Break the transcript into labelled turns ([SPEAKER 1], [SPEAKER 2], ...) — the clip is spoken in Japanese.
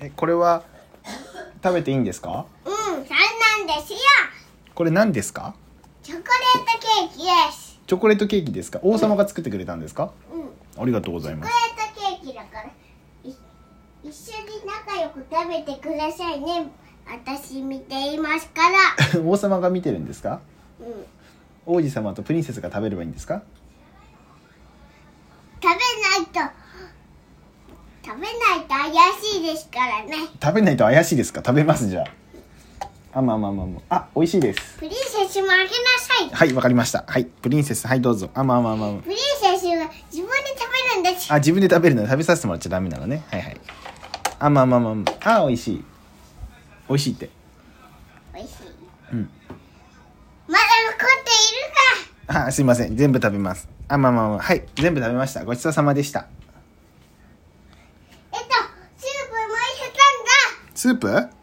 [SPEAKER 1] えこれは食べていいんですか
[SPEAKER 2] うん、そんなんですよ。
[SPEAKER 1] これ何ですか
[SPEAKER 2] チョコレートケーキです。
[SPEAKER 1] チョコレートケーキですか王様が作ってくれたんですか
[SPEAKER 2] うん、チ
[SPEAKER 1] ありがとうござい
[SPEAKER 2] ョコ
[SPEAKER 1] ま
[SPEAKER 2] レ
[SPEAKER 1] す
[SPEAKER 2] ートケーキだから。い一緒に仲良く食べてくださいね。私見ていますから。
[SPEAKER 1] 王様が見てるんですか
[SPEAKER 2] うん、
[SPEAKER 1] 王子様とプリンセスが食べればいいんですか
[SPEAKER 2] 食べないと。食べないと怪しいですからね。
[SPEAKER 1] 食べないと怪しいですか食べますじゃああまあまあまあまああ美味しいです
[SPEAKER 2] プリンセスもあげなさい。
[SPEAKER 1] はいわかりましたはいプリンセスはいどうぞあまあまあまあまあ
[SPEAKER 2] プリンセスは自分で食べるんです。
[SPEAKER 1] あ自分で食べるの食べさせてもらっちゃダメなのねはいはいあまあまあまあまああ美味しい美味しいって
[SPEAKER 2] 美味しい。
[SPEAKER 1] うん
[SPEAKER 2] まだ残っているか。
[SPEAKER 1] あすいません全部食べますあまあまあまあはい全部食べましたごちそうさまでした
[SPEAKER 2] えっと、スープもいれたんだ。
[SPEAKER 1] スープ